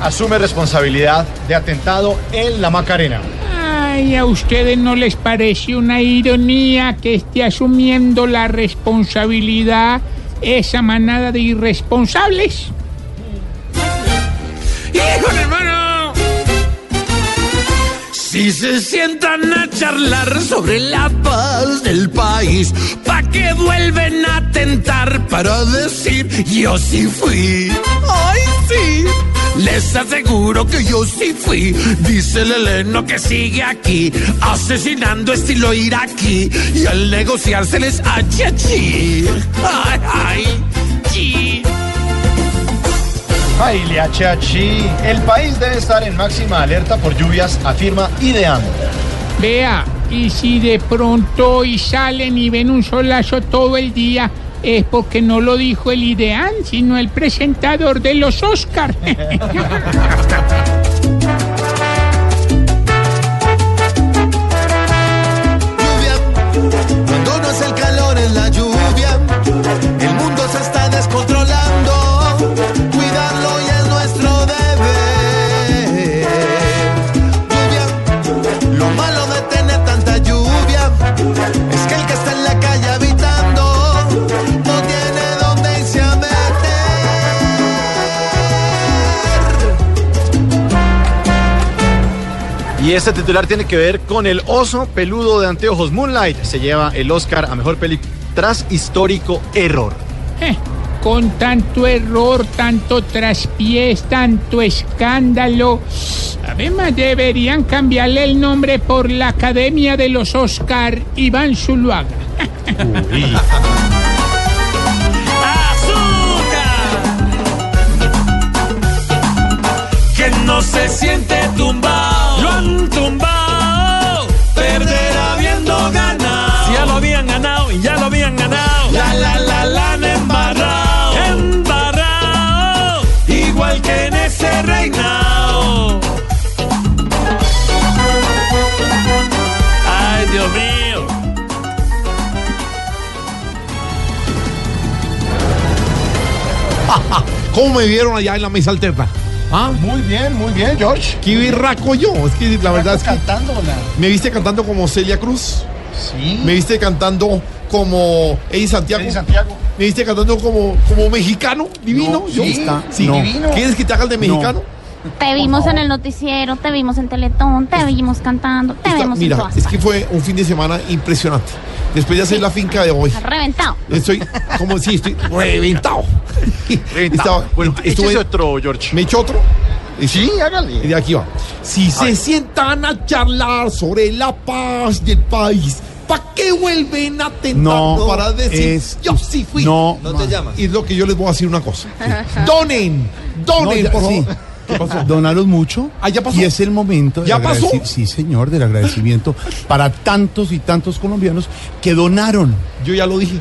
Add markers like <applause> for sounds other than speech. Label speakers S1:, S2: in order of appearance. S1: asume responsabilidad de atentado en la Macarena.
S2: Ay, ¿a ustedes no les parece una ironía que esté asumiendo la responsabilidad esa manada de irresponsables?
S3: ¡Híjole, hermano! Si se sientan a charlar sobre la paz del país, ¿pa' qué vuelven a atentar para decir yo sí fui? ¡Ay, sí! Les aseguro que yo sí fui, dice el heleno que sigue aquí, asesinando estilo iraquí, y al negociar se les hacha chi. ¡Ay, ay, chi!
S1: Ay, Liachachi, el país debe estar en máxima alerta por lluvias, afirma IDEAM.
S2: Vea, y si de pronto hoy salen y ven un solazo todo el día, es porque no lo dijo el ideal, sino el presentador de los Oscar.
S3: lluvia. Cuando no es el calor, es la lluvia. El mundo se está descontrolando. Cuidarlo y es nuestro deber. Lluvia. Lo malo de tener tanta lluvia es que el que está en la calle habitando no tiene dónde irse a meter.
S1: Y este titular tiene que ver con el oso peludo de anteojos Moonlight. Se lleva el Oscar a mejor película tras histórico error.
S2: Eh, Con tanto error, tanto traspiés, tanto escándalo. Además, deberían cambiarle el nombre por la Academia de los Oscar Iván Zuluaga.
S1: <laughs>
S3: ¡Azúcar! Que no se siente tumbado. Lo han tumbado. Perderá habiendo ganado. Si ya lo habían ganado y ya lo habían ganado. La la la la han embarrado. Embarrado. Igual que en ese reinado. Ay, Dios mío.
S4: ¿Cómo me vieron allá en la mesa alterna? ¿Ah?
S1: Muy bien, muy bien, George.
S4: ¿Qué birraco yo? Es que la verdad es que
S1: cantándola.
S4: me viste cantando como Celia Cruz,
S1: Sí.
S4: me viste cantando como Eddie Santiago,
S1: Eddie Santiago.
S4: me viste cantando como, como mexicano, divino.
S1: No,
S4: yo.
S1: sí,
S4: Está-
S1: sí, divino.
S4: ¿Quieres que te haga el de mexicano?
S5: Te vimos en el noticiero, te vimos en Teletón, te vimos cantando, te
S4: Está-
S5: vimos en
S4: mira,
S5: todas
S4: es que fue un fin de semana impresionante. Después de hacer la finca de hoy,
S5: partes. Reventado.
S4: estoy como sí, estoy reventado. Estaba-
S1: bueno,
S4: estuve-
S1: échese otro, George.
S4: me echo otro.
S1: Sí,
S4: Y de
S1: hágale.
S4: aquí va. Si se sientan a charlar sobre la paz del país, ¿para qué vuelven a tentar No para decir
S6: es-
S4: yo sí fui?
S6: no
S4: te llamas. Y es lo que yo les voy a decir una cosa. Donen,
S6: No,
S4: donen,
S6: ya-
S4: por
S6: sí.
S4: favor.
S6: Donaron mucho.
S4: Ah, ¿ya pasó?
S6: Y es el momento. del
S4: ¿Ya pasó?
S6: agradeci- Sí, señor, del agradecimiento para tantos y tantos colombianos que donaron.
S4: Yo ya lo dije.